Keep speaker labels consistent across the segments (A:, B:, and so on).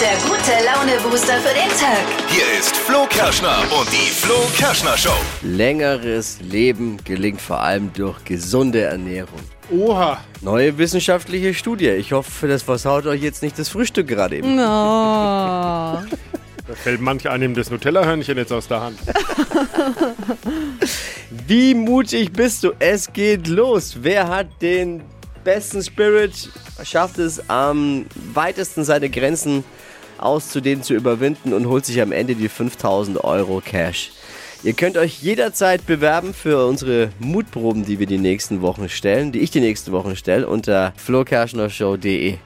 A: der gute Laune-Booster für den Tag.
B: Hier ist Flo Kerschner und die Flo Kerschner Show.
C: Längeres Leben gelingt vor allem durch gesunde Ernährung.
D: Oha.
C: Neue wissenschaftliche Studie. Ich hoffe, das versaut euch jetzt nicht das Frühstück gerade eben.
E: Oh.
D: Da fällt manch einem das Nutella-Hörnchen jetzt aus der Hand.
C: Wie mutig bist du? Es geht los. Wer hat den besten Spirit? Schafft es am weitesten seine Grenzen auszudehnen, zu überwinden und holt sich am Ende die 5000 Euro Cash. Ihr könnt euch jederzeit bewerben für unsere Mutproben, die wir die nächsten Wochen stellen, die ich die nächsten Wochen stelle, unter flokerschnershow.de.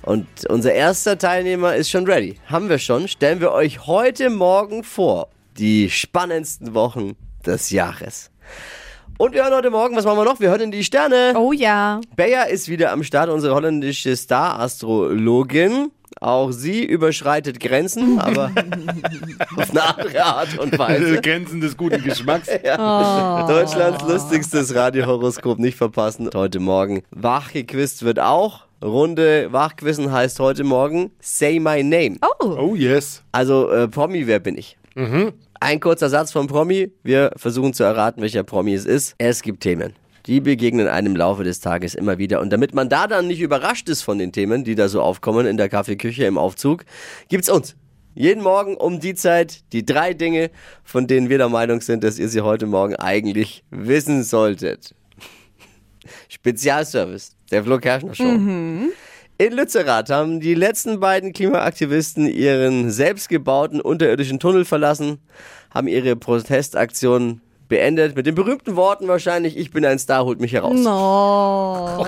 C: Und unser erster Teilnehmer ist schon ready. Haben wir schon. Stellen wir euch heute Morgen vor. Die spannendsten Wochen des Jahres. Und wir hören heute Morgen, was machen wir noch? Wir hören in die Sterne.
E: oh ja.
C: Bayer ist wieder am Start, unsere holländische Star-Astrologin. Auch sie überschreitet Grenzen, aber auf eine andere Art und Weise.
D: Grenzen des guten Geschmacks.
E: Oh.
C: Deutschlands lustigstes Radiohoroskop nicht verpassen. Heute Morgen. Wachgequist wird auch. Runde Wachquissen heißt heute Morgen Say My Name.
E: Oh.
D: Oh yes.
C: Also äh, Promi, wer bin ich? Ein kurzer Satz vom Promi. Wir versuchen zu erraten, welcher Promi es ist. Es gibt Themen. Die begegnen einem im Laufe des Tages immer wieder. Und damit man da dann nicht überrascht ist von den Themen, die da so aufkommen in der Kaffeeküche im Aufzug, gibt's uns. Jeden Morgen um die Zeit die drei Dinge, von denen wir der Meinung sind, dass ihr sie heute Morgen eigentlich wissen solltet. Spezialservice der Flo Kerschner Show. In Lützerath haben die letzten beiden Klimaaktivisten ihren selbstgebauten unterirdischen Tunnel verlassen, haben ihre Protestaktion beendet mit den berühmten Worten wahrscheinlich, ich bin ein Star, holt mich heraus.
A: Oh.
E: No.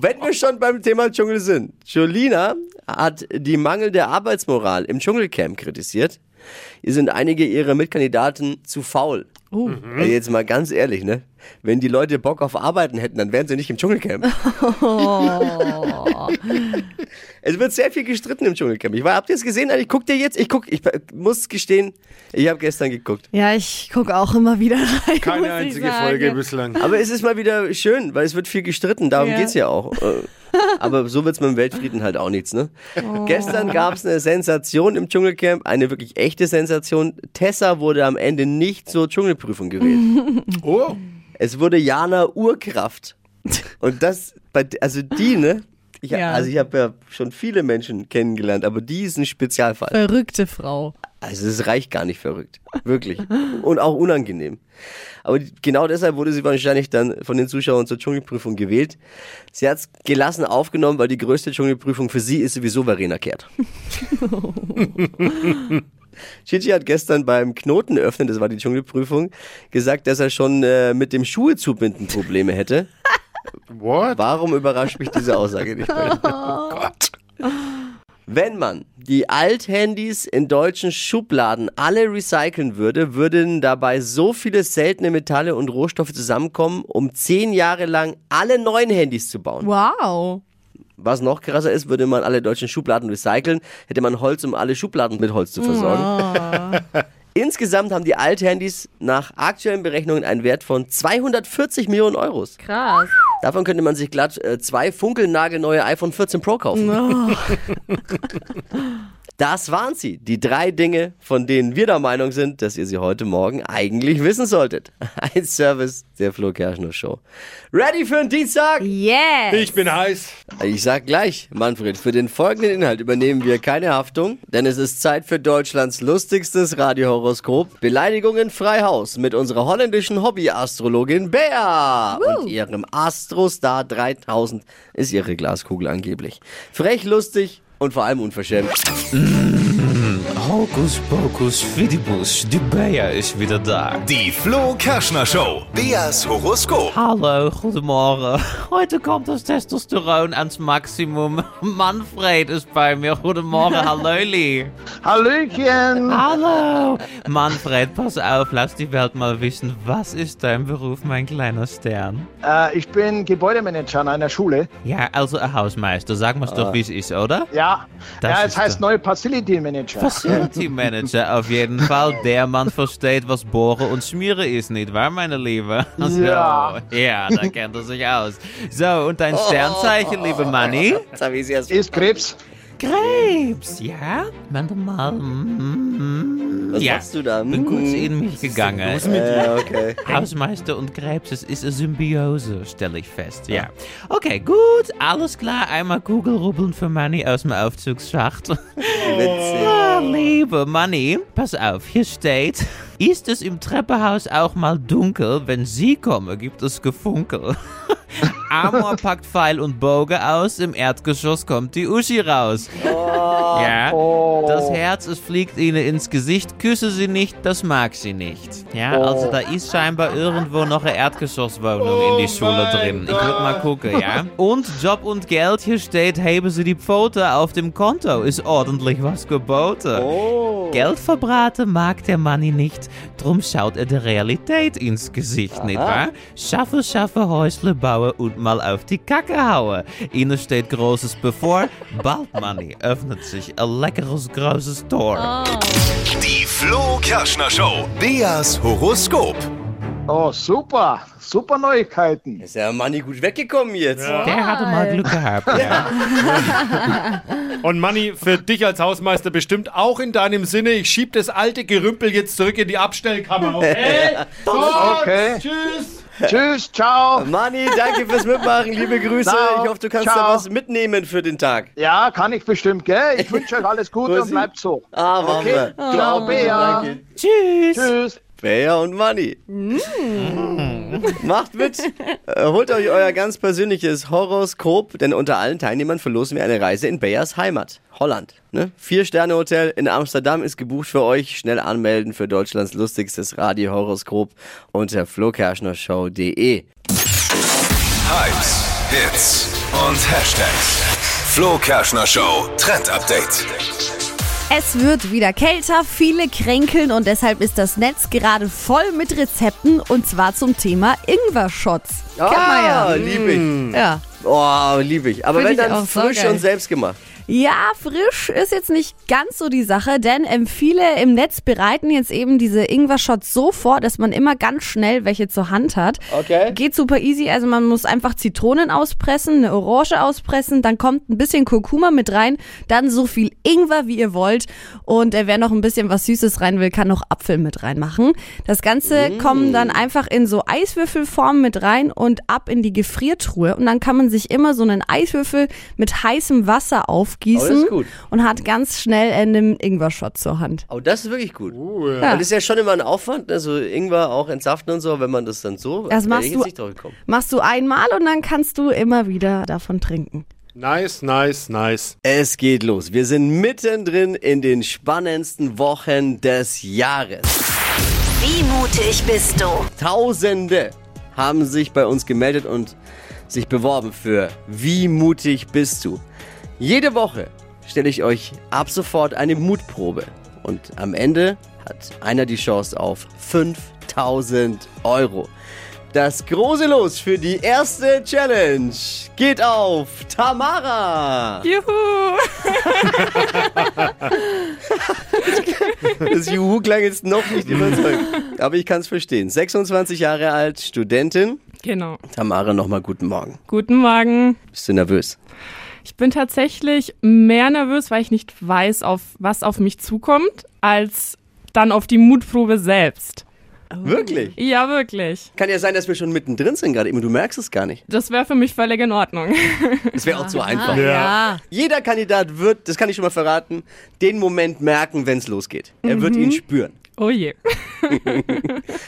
C: Wenn wir schon beim Thema Dschungel sind. Jolina hat die mangelnde Arbeitsmoral im Dschungelcamp kritisiert. Hier sind einige ihrer Mitkandidaten zu faul. Also jetzt mal ganz ehrlich, ne? Wenn die Leute Bock auf Arbeiten hätten, dann wären sie nicht im Dschungelcamp. es wird sehr viel gestritten im Dschungelcamp. Ich war, habt ihr es gesehen? Ich guck dir jetzt, ich guck, ich muss gestehen, ich habe gestern geguckt.
E: Ja, ich gucke auch immer wieder rein. muss
D: Keine
E: ich
D: einzige
E: sagen.
D: Folge bislang.
C: Aber es ist mal wieder schön, weil es wird viel gestritten, darum
E: Ja.
C: geht's ja auch. Äh, Aber so wird's mit dem Weltfrieden halt auch nichts, ne?
E: Oh.
C: Gestern gab's eine Sensation im Dschungelcamp, eine wirklich echte Sensation. Tessa wurde am Ende nicht zur Dschungelprüfung gewählt.
D: Oh.
C: es wurde Jana Urkraft. Und das, bei, d- also die, ne? Ich,
E: Ja.
C: Also ich habe ja schon viele Menschen kennengelernt, aber die ist ein Spezialfall.
E: Verrückte Frau.
C: Also es reicht gar nicht verrückt. Wirklich. Und auch unangenehm. Aber die- genau deshalb wurde sie wahrscheinlich dann von den Zuschauern zur Dschungelprüfung gewählt. Sie hat es gelassen aufgenommen, weil die größte Dschungelprüfung für sie ist sowieso Verena Kehrt. Chichi hat gestern beim Knoten öffnen, das war die Dschungelprüfung, gesagt, dass er schon äh, mit dem Schuhe zubinden Probleme hätte.
D: What?
C: Warum überrascht mich diese Aussage nicht? Bei Ihnen?
D: Gott.
C: Wenn man die Althandys in deutschen Schubladen alle recyceln würde, würden dabei so viele seltene Metalle und Rohstoffe zusammenkommen, um zehn Jahre lang alle neuen Handys zu bauen.
E: Wow.
C: Was noch krasser ist, würde man alle deutschen Schubladen recyceln, hätte man Holz, um alle Schubladen mit Holz zu versorgen. Insgesamt haben die Althandys nach aktuellen Berechnungen einen Wert von 240 Millionen Euros.
E: Krass.
C: Davon könnte man sich glatt äh, zwei funkelnagelneue iPhone 14 Pro kaufen.
E: Oh.
C: Das waren sie, die drei Dinge, von denen wir der Meinung sind, dass ihr sie heute Morgen eigentlich wissen solltet. Ein Service der Flo Kerschner Show. Ready für den Dienstag?
E: Yeah.
D: Ich bin heiß.
C: Ich sag gleich, Manfred, für den folgenden Inhalt übernehmen wir keine Haftung, denn es ist Zeit für Deutschlands lustigstes Radiohoroskop. Beleidigungen frei Haus mit unserer holländischen Hobbyastrologin Bea und ihrem Astrostar 3000 ist ihre Glaskugel angeblich. Frech, lustig und vor allem unverschämt.
F: Hocus pocus fidibus, de Bea is weer daar.
B: Die Flo Kerschner Show. Beas Horoskop.
F: Hallo, goedemorgen. Heute komt ons dus testosteron ans maximum. Manfred is bij me. Goedemorgen, hallo Lee.
G: Hallöchen!
F: Hallo. Manfred, pass auf, lass die Welt mal wissen. Was ist dein Beruf, mein kleiner Stern?
G: Äh, ich bin Gebäudemanager an einer Schule.
F: Ja, also ein Hausmeister. Sag mal's doch, wie es ist, oder?
G: Ja,
F: Das
G: ja
F: ist
G: es heißt
F: doch-
G: neue Facility Manager.
F: Facility Manager auf jeden Fall. Der Mann versteht, was Bohren und Schmieren ist, nicht wahr, meine Liebe? So,
G: Ja.
F: Ja, da kennt er sich aus. So, und dein Sternzeichen, liebe Manni?
C: Jetzt hab ich sie erst-
G: Ist Krebs.
F: Krebs, ja? Warte mal. mm,
C: Was
F: ja.
C: machst du da?
F: Bin gut
C: Hm.
F: in mich gegangen.
C: Äh, okay.
F: Hausmeister und Krebs, es ist eine Symbiose, stelle ich fest. Ja. Okay, gut, alles klar. Einmal Kugelrubbeln für Manny aus dem Aufzugsschacht.
C: Witzig.
F: Ah, liebe Manni, pass auf, hier steht, ist es im Treppenhaus auch mal dunkel? Wenn Sie kommen, gibt es Gefunkel. Amor packt Pfeil und Bogen aus, im Erdgeschoss kommt die Uschi raus. Ja, das Herz, es fliegt Ihnen ins Gesicht, küsse Sie nicht, das mag sie nicht. Ja, also da ist scheinbar irgendwo noch eine Erdgeschosswohnung in die Schule drin. Ich würde mal gucken, ja. Oh Und Job und Geld, hier steht, heben Sie die Pfote auf dem Konto, ist ordentlich was geboten. Geld verbraten mag der Manni nicht, drum schaut er der Realität ins Gesicht, nicht wahr? Schaffe, schaffe, Häusle bauen und mal auf die Kacke hauen. Ihnen steht Großes bevor, bald Manni öffnet sich ein leckeres großes Tor.
B: Die Flo Kerschner Show. Beas Horoskop.
G: Oh, super. Super Neuigkeiten.
C: Ist ja Manni gut weggekommen jetzt.
F: Der hatte mal Glück gehabt, ja.
D: Und Manni, für dich als Hausmeister bestimmt auch in deinem Sinne, ich schieb das alte Gerümpel jetzt zurück in die Abstellkammer, okay?
G: Okay.
D: Tschüss!
G: Tschüss, ciao.
C: Manni, danke fürs Mitmachen. Liebe Grüße.
G: Ciao.
C: Ich hoffe, du kannst
G: Ciao.
C: da was mitnehmen für den Tag.
G: Ja, kann ich bestimmt, gell? Ich wünsche euch alles Gute und
C: Grüßi.
G: bleibt so.
C: Ah, machen
G: Okay,
C: wir.
G: ciao, Bea.
F: Tschüss.
G: Tschüss.
C: Bea und Manni.
E: Mm.
C: Macht mit. Äh, Holt euch euer ganz persönliches Horoskop, denn unter allen Teilnehmern verlosen wir eine Reise in Beas Heimat, Holland. Ne? Vier-Sterne-Hotel in Amsterdam ist gebucht für euch. Schnell anmelden für Deutschlands lustigstes Radio-Horoskop unter flokerschnershow.de.
B: Hypes, Hits und Hashtags. Flo Kerschner Show Trend Update.
E: Es wird wieder kälter, viele kränkeln und deshalb ist das Netz gerade voll mit Rezepten und zwar zum Thema Ingwer-Shots. Kennt man
C: Ah,
E: ja. Hm.
C: lieb ich.
E: Ja.
C: Oh, lieb ich. Aber
E: Find
C: wenn
E: ich
C: dann
E: auch
C: frisch
E: saugeil.
C: und selbst gemacht.
E: Ja, frisch ist jetzt nicht ganz so die Sache, denn ähm, viele im Netz bereiten jetzt eben diese Ingwer-Shots so vor, dass man immer ganz schnell welche zur Hand hat.
C: Okay.
E: Geht super easy, also man muss einfach Zitronen auspressen, eine Orange auspressen, dann kommt ein bisschen Kurkuma mit rein, dann so viel Ingwer, wie ihr wollt. Und äh, wer noch ein bisschen was Süßes rein will, kann noch Apfel mit reinmachen. Das Ganze
C: Mm.
E: kommen dann einfach in so Eiswürfelform mit rein und ab in die Gefriertruhe. Und dann kann man sich immer so einen Eiswürfel mit heißem Wasser
C: Oh, das
E: aufgießen
C: ist gut.
E: und hat ganz schnell einen Ingwer-Shot zur Hand.
C: Oh, das ist wirklich gut. Ja. Und das ist ja schon immer ein Aufwand, ne? so Ingwer auch entsaften und so, wenn man das dann so.
E: Das
C: Wäre
E: machst
C: ich
E: du-
C: Jetzt nicht drauf gekommen.
E: Machst du einmal und dann kannst du immer wieder davon trinken.
D: Nice, nice, nice.
C: Es geht los. Wir sind mittendrin in den spannendsten Wochen des Jahres.
A: Wie mutig bist du?
C: Tausende haben sich bei uns gemeldet und sich beworben für Wie mutig bist du? Jede Woche stelle ich euch ab sofort eine Mutprobe. Und am Ende hat einer die Chance auf 5000 Euro. Das große Los für die erste Challenge geht auf Tamara.
E: Juhu!
C: Das Juhu klang jetzt noch nicht überzeugend. Aber ich kann es verstehen. 26 Jahre alt, Studentin.
H: Genau.
C: Tamara, nochmal guten Morgen.
H: Guten Morgen.
C: Bist du nervös?
H: Ich bin tatsächlich mehr nervös, weil ich nicht weiß, auf was auf mich zukommt, als dann auf die Mutprobe selbst.
C: Oh. Wirklich?
H: Ja, wirklich.
C: Kann ja sein, dass wir schon mittendrin sind gerade. eben. Du merkst es gar nicht.
H: Das wäre für mich völlig in Ordnung.
C: Das wäre auch zu einfach.
E: Ja.
C: Jeder Kandidat wird, das kann ich schon mal verraten, den Moment merken, wenn es losgeht. Er wird ihn spüren.
H: Oh je.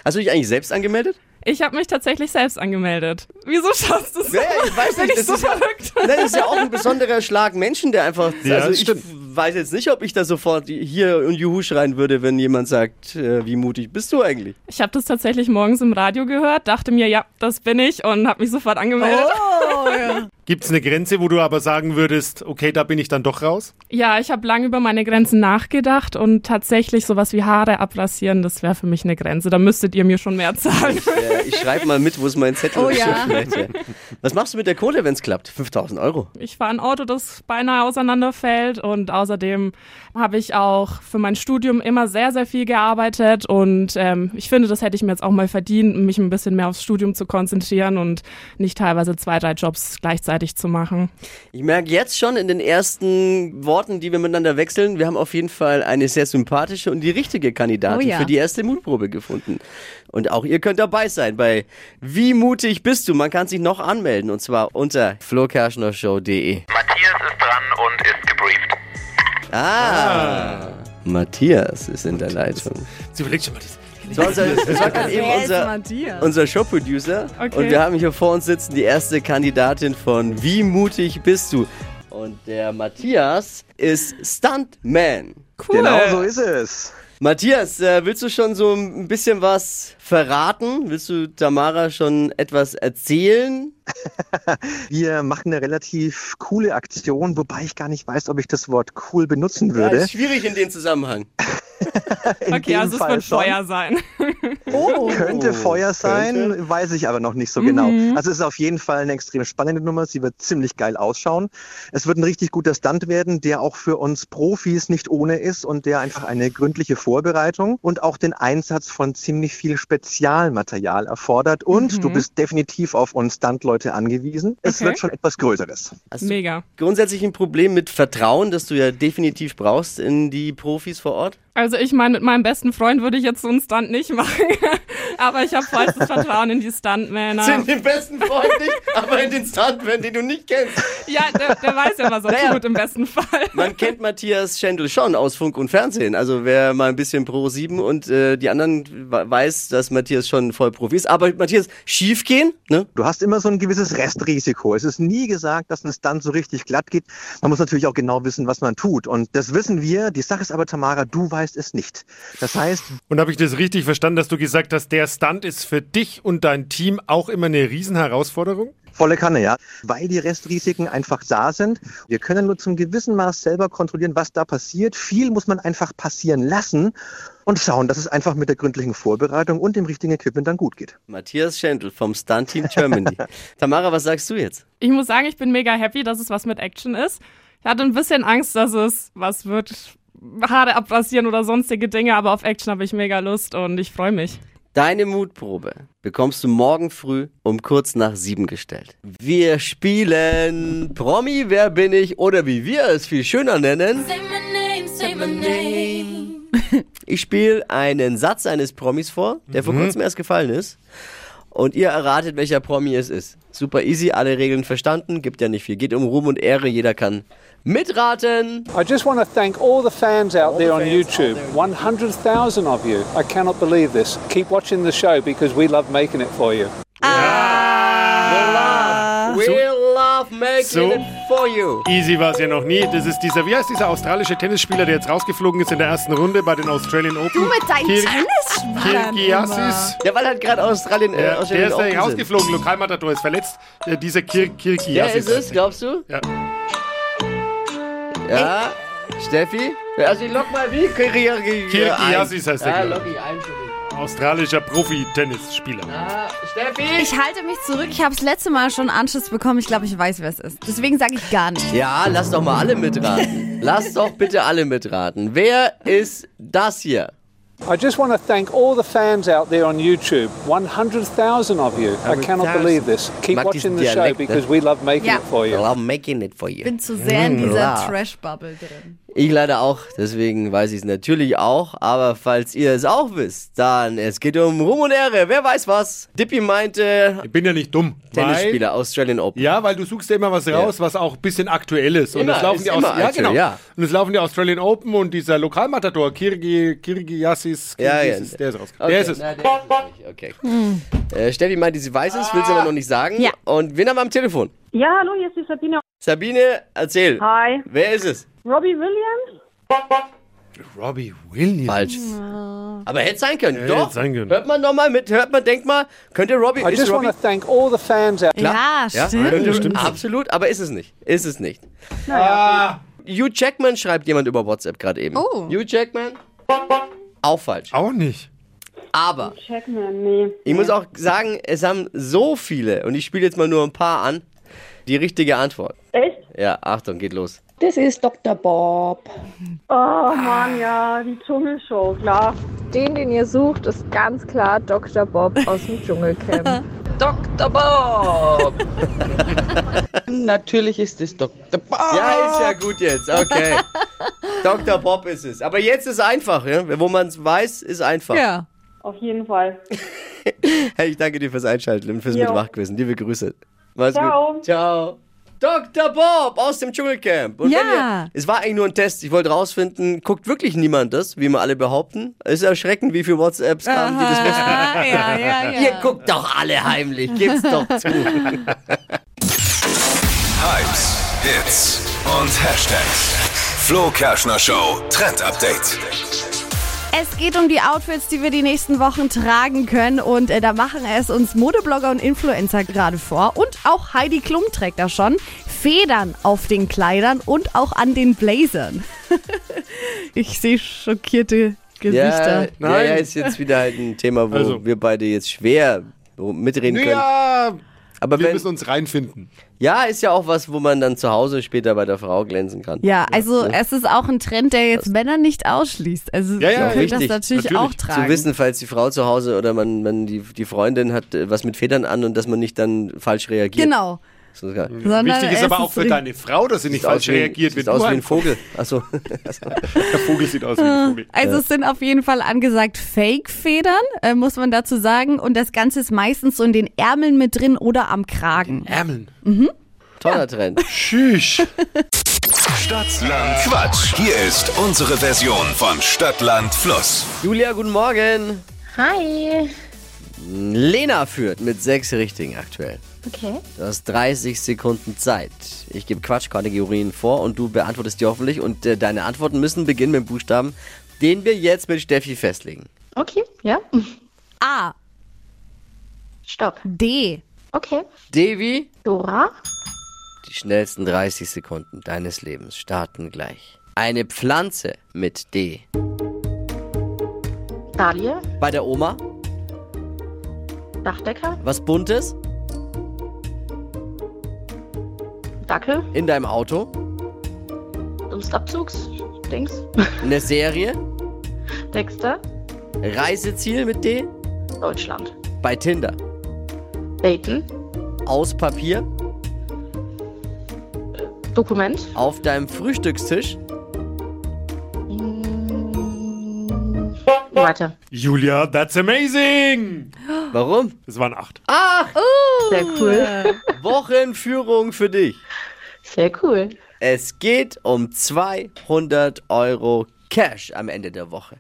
C: Hast du dich eigentlich selbst angemeldet?
H: Ich habe mich tatsächlich selbst angemeldet. Wieso schaffst du es?
C: Ja, ja, ich weiß
H: Bin
C: nicht,
H: ich
C: das
H: so
C: ist ja-
H: verrückt?
C: Nein, das ist ja auch ein besonderer Schlag Menschen, der einfach.
D: Ja,
C: also
D: das
C: ich
D: stimmt.
C: weiß jetzt nicht, ob ich da sofort hier und Juhu schreien würde, wenn jemand sagt, äh, wie mutig bist du eigentlich?
H: Ich habe das tatsächlich morgens im Radio gehört, dachte mir, ja, das bin ich und habe mich sofort angemeldet.
C: Oh.
D: Gibt's eine Grenze, wo du aber sagen würdest, okay, da bin ich dann doch raus?
H: Ja, ich habe lange über meine Grenzen nachgedacht und tatsächlich sowas wie Haare abrasieren, das wäre für mich eine Grenze. Da müsstet ihr mir schon mehr zahlen.
C: Äh, ich schreibe mal mit, wo ist mein Zettel?
E: Oh ja.
C: Vielleicht, ja. Was machst du mit der Kohle, wenn es klappt? 5000 Euro.
H: Ich fahre ein Auto, das beinahe auseinanderfällt und außerdem habe ich auch für mein Studium immer sehr, sehr viel gearbeitet und ähm, ich finde, das hätte ich mir jetzt auch mal verdient, mich ein bisschen mehr aufs Studium zu konzentrieren und nicht teilweise zwei, drei Jobs Jobs gleichzeitig zu machen.
C: Ich merke jetzt schon in den ersten Worten, die wir miteinander wechseln, wir haben auf jeden Fall eine sehr sympathische und die richtige Kandidatin
E: Oh ja.
C: für die erste Mutprobe gefunden. Und auch ihr könnt dabei sein bei Wie mutig bist du? Man kann sich noch anmelden und zwar unter flokerschnershow.de.
I: Matthias ist dran und ist gebrieft.
C: Ah, Matthias ist in der Leitung.
D: Jetzt überleg schon mal das.
C: Das war, unser, das war gerade eben
E: Wer ist
C: unser,
E: Matthias?
C: unser Showproducer.
H: Okay.
C: Und wir haben hier vor uns sitzen die erste Kandidatin von Wie mutig bist du? Und der Matthias ist Stuntman.
H: Äh.
G: Genau so ist es.
C: Matthias, äh, willst du schon so ein bisschen was verraten? Willst du Tamara schon etwas erzählen?
G: Wir machen eine relativ coole Aktion, wobei ich gar nicht weiß, ob ich das Wort cool benutzen
C: Ja,
G: würde.
C: ist schwierig in dem Zusammenhang.
G: In
H: Okay,
G: dem
H: also es
G: Fall
H: wird
G: schon.
H: Feuer sein.
C: Oh,
G: Könnte Feuer sein, weiß ich aber noch nicht so genau. Also es ist auf jeden Fall eine extrem spannende Nummer. Sie wird ziemlich geil ausschauen. Es wird ein richtig guter Stunt werden, der auch für uns Profis nicht ohne ist und der einfach eine gründliche Vorbereitung und auch den Einsatz von ziemlich viel Spezialmaterial erfordert. Und du bist definitiv auf uns Stuntleute angewiesen. Es
H: Okay.
G: wird schon etwas Größeres.
C: Hast du
H: Mega.
C: grundsätzlich ein Problem mit Vertrauen, das du ja definitiv brauchst in die Profis vor Ort?
H: Also ich meine, mit meinem besten Freund würde ich jetzt so einen Stunt nicht machen. Aber ich habe vollstes Vertrauen in die Stuntmänner.
C: den besten Freund nicht, aber in den Stuntman, den du nicht kennst.
H: Ja, der, der weiß ja, was er
C: Naja.
H: tut im besten Fall.
C: Man kennt Matthias Schendl schon aus Funk und Fernsehen. Also wer mal ein bisschen Pro 7 und äh, die anderen we- weiß, dass Matthias schon voll Profi ist. Aber Matthias, schiefgehen, ne?
G: Du hast immer so ein gewisses Restrisiko. Es ist nie gesagt, dass ein Stunt so richtig glatt geht. Man muss natürlich auch genau wissen, was man tut. Und das wissen wir. Die Sache ist aber, Tamara, du weißt es nicht. Das heißt,
D: Und habe ich das richtig verstanden, dass du gesagt hast, der Stunt ist für dich und dein Team auch immer eine Riesenherausforderung?
G: volle Kanne, ja. Weil die Restrisiken einfach da sind. Wir können nur zum gewissen Maß selber kontrollieren, was da passiert. Viel muss man einfach passieren lassen und schauen, dass es einfach mit der gründlichen Vorbereitung und dem richtigen Equipment dann gut geht.
C: Matthias Schendl vom Stunt Team Germany. Tamara, was sagst du jetzt?
H: Ich muss sagen, ich bin mega happy, dass es was mit Action ist. Ich hatte ein bisschen Angst, dass es was wird, Haare abrasieren oder sonstige Dinge, aber auf Action habe ich mega Lust und ich freue mich.
C: Deine Mutprobe bekommst du morgen früh um kurz nach sieben gestellt. Wir spielen Promi, wer bin ich oder wie wir es viel schöner nennen. Ich spiele einen Satz eines Promis vor, der
D: Mhm.
C: vor kurzem erst gefallen ist. Und ihr erratet, welcher Promi es ist. Super easy, alle Regeln verstanden, gibt ja nicht viel. Geht um Ruhm und Ehre, jeder kann mitraten.
J: I just want to thank all the fans out there on YouTube. 100,000 of you. I cannot believe this. Keep watching the show because we love making it for you.
C: We love making
D: Ah. so-
C: it for you.
D: Easy war es ja noch nie. Das ist dieser, wie heißt dieser australische Tennisspieler, der jetzt rausgeflogen ist in der ersten Runde bei den Australian Open? Du
E: mit deinen Tennisschwallern
D: Kirgiasis.
C: Der war halt gerade Australien. Äh,
D: Der, der
C: Australien
D: ist
C: Open
D: da
C: sind.
D: rausgeflogen, Lokalmatador ist verletzt. Der, dieser Kir Kirki.
C: Der ist es, glaubst du?
D: Ja.
C: Ja. Steffi? Also lock mal wie? Kirgiasis
D: Kirgiasis heißt der,
C: Ja,
D: glaub
C: lock ihn ein. Steffi.
D: äh, Australischer Profi-Tennisspieler.
C: Ah, Steffi?
E: Ich halte mich zurück. Ich habe das letzte Mal schon einen Anschiss bekommen. Ich glaube, ich weiß, wer es ist. Deswegen sage ich gar nicht.
C: Ja, lass doch mal alle mitraten. lass doch bitte alle mitraten. Wer ist das hier?
J: I just want to thank all the fans out there on YouTube. 100,000 of you. I cannot
C: 100,000.
J: believe this. Keep
C: Mag
J: watching
C: diesen
J: the show
C: Dialekt, ne?
J: because we love making
E: Ja.
J: it for you.
C: Well, I'm making it for
E: Ich
C: you.
E: bin zu sehr in dieser
C: Ja.
E: Trash-Bubble drin.
C: Ich leider auch, deswegen weiß ich es natürlich auch. Aber falls ihr es auch wisst, dann es geht um Ruhm und Ehre. Wer weiß was? Dippy meinte
D: Ich bin ja nicht dumm.
C: Tennisspieler, Australian Open.
D: Ja, weil du suchst ja immer was raus, was auch ein bisschen aktuell ist. Und
C: Immer,
D: es laufen
C: ist
D: die Aus
C: immer
D: ja,
C: aktuell,
D: genau.
C: ja.
D: Und es laufen die Australian Open und dieser Lokalmatador Kirgi Kirgiasis,
C: Ja, ja.
D: Kirgiasis, der ist rausgekommen.
C: Okay,
D: Der ist es.
C: na, der ist es nicht. Okay. Äh, Steffi meinte, sie weiß es, will sie aber noch nicht sagen.
E: Hm. Ja.
C: Und wen haben wir am Telefon?
K: Ja, hallo, hier ist die Sabine.
C: Sabine, erzähl.
K: Hi.
C: Wer ist es?
K: Robbie Williams?
D: Robbie Williams.
C: Falsch. Aber hätte sein können.
D: Hätte
C: Doch.
D: sein können.
C: Hört man nochmal mit, hört man, denkt mal, könnte Robbie.
J: I
C: Ist
J: just want
C: Robbie
J: to thank all the fans out
E: Ja, stimmt.
D: Ja, stimmt.
C: absolut, aber ist es nicht. Ist es nicht. Naja. Hugh Jackman schreibt jemand über WhatsApp gerade eben.
E: Oh.
C: Hugh Jackman? Auch falsch.
D: Auch nicht.
C: Aber
K: Checkman, nee.
C: ich muss auch sagen, es haben so viele, und ich spiele jetzt mal nur ein paar an, die richtige Antwort.
K: Echt?
C: Ja, Achtung, geht los.
L: Das ist Dr. Bob.
K: Oh Mann, ja, die Dschungelshow, klar.
L: Den, den ihr sucht, ist ganz klar Dr. Bob aus dem Dschungelcamp.
M: Dr. Bob.
C: Natürlich ist es Dr. Bob.
K: Oh.
C: Ja, ist ja gut jetzt. Okay. Dr. Bob ist es. Aber jetzt ist einfach, ja? wo man es weiß, ist einfach.
K: Auf jeden Fall.
C: Hey, ich danke dir fürs Einschalten und fürs
K: Jo.
C: Mitmachquissen. Liebe Grüße. Mach's
K: Ciao.
C: gut. Ciao. Dr. Bob aus dem Dschungelcamp. Und
E: Ja.
C: wenn ihr, es war eigentlich nur ein Test. Ich wollte rausfinden, guckt wirklich niemand das, wie wir alle behaupten. Es ist erschreckend, wie viele WhatsApps kamen, die das wussten.
E: Ah, ja, ja, ja.
C: Ihr guckt doch alle heimlich. Gibt's doch zu.
B: Hypes, Hits und Hashtags. Flo Kerschner Show Trend Update.
E: Es geht um die Outfits, die wir die nächsten Wochen tragen können. Und äh, da machen es uns Modeblogger und Influencer gerade vor. Und auch Heidi Klum trägt da schon Federn auf den Kleidern und auch an den Blazern. ich sehe schockierte
C: Ja,
E: Gesichter.
C: ja, ja, ist jetzt wieder halt ein Thema, wo
D: Also.
C: wir beide jetzt schwer mitreden können.
D: Ja,
C: Aber
D: wir
C: wenn,
D: müssen uns reinfinden.
C: ja, ist ja auch was, wo man dann zu Hause später bei der Frau glänzen kann.
E: Ja, also
C: ne?
E: es ist auch ein Trend, der jetzt Männer nicht ausschließt. Also
C: Ja, ja,
E: ihr könnt das
C: richtig,
E: natürlich, auch tragen.
C: Zu wissen, falls die Frau zu Hause oder man, man die, die Freundin hat äh, was mit Federn an und dass man nicht dann falsch reagiert.
E: Genau.
C: So, ja.
E: Sondern
D: Wichtig ist
E: es
D: aber auch
E: ist
D: für
E: die-
D: deine Frau, dass sie nicht
C: Sieht aus
D: falsch
C: wie-
D: reagiert.
C: Sieht
D: wenn
C: aus
D: du
C: wie ein
D: ankommst.
C: Vogel. Achso.
D: Der Vogel sieht aus wie ein Vogel.
E: Also es sind auf jeden Fall angesagt Fake-Federn, äh, muss man dazu sagen. Und das Ganze ist meistens so in den Ärmeln mit drin oder am Kragen.
D: Ärmeln.
E: Mhm.
C: Toller Trend.
D: Tschüss.
B: Stadtland Quatsch. Hier ist unsere Version von Stadtland Fluss.
C: Julia, guten Morgen.
N: Hi.
C: Lena führt mit sechs Richtigen aktuell.
N: Okay.
C: Du hast 30 Sekunden Zeit. Ich gebe Quatschkategorien vor und du beantwortest die hoffentlich. Und äh, deine Antworten müssen beginnen mit dem Buchstaben, den wir jetzt mit Steffi festlegen.
N: Okay, ja.
E: A.
N: Stopp.
E: D.
N: Okay.
C: Devi.
N: Dora.
C: Die schnellsten 30 Sekunden deines Lebens starten gleich. Eine Pflanze mit D.
N: Dahlia.
C: Bei der Oma
N: Dachdecker.
C: was Buntes.
N: Dackel.
C: In deinem Auto.
N: Dunstabzugs. Dings.
C: Eine Serie.
N: Dexter.
C: Reiseziel mit D.
N: Deutschland.
C: Bei Tinder.
N: Daten.
C: Aus Papier.
N: Dokument.
C: Auf deinem Frühstückstisch.
N: Weiter.
D: Julia, that's amazing.
C: Warum?
D: Das waren acht.
C: Ach!
N: Sehr cool.
C: Wochenführung für dich.
N: Sehr cool.
C: Es geht um 200 Euro Cash am Ende der Woche.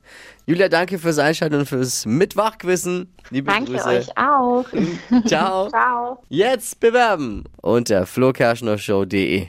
C: Julia, danke fürs Einschalten und fürs Mitwachquissen. Liebe
N: Danke
C: Grüße.
N: euch auch.
C: Ciao.
N: Ciao.
C: Jetzt bewerben unter flokerschnershow.de.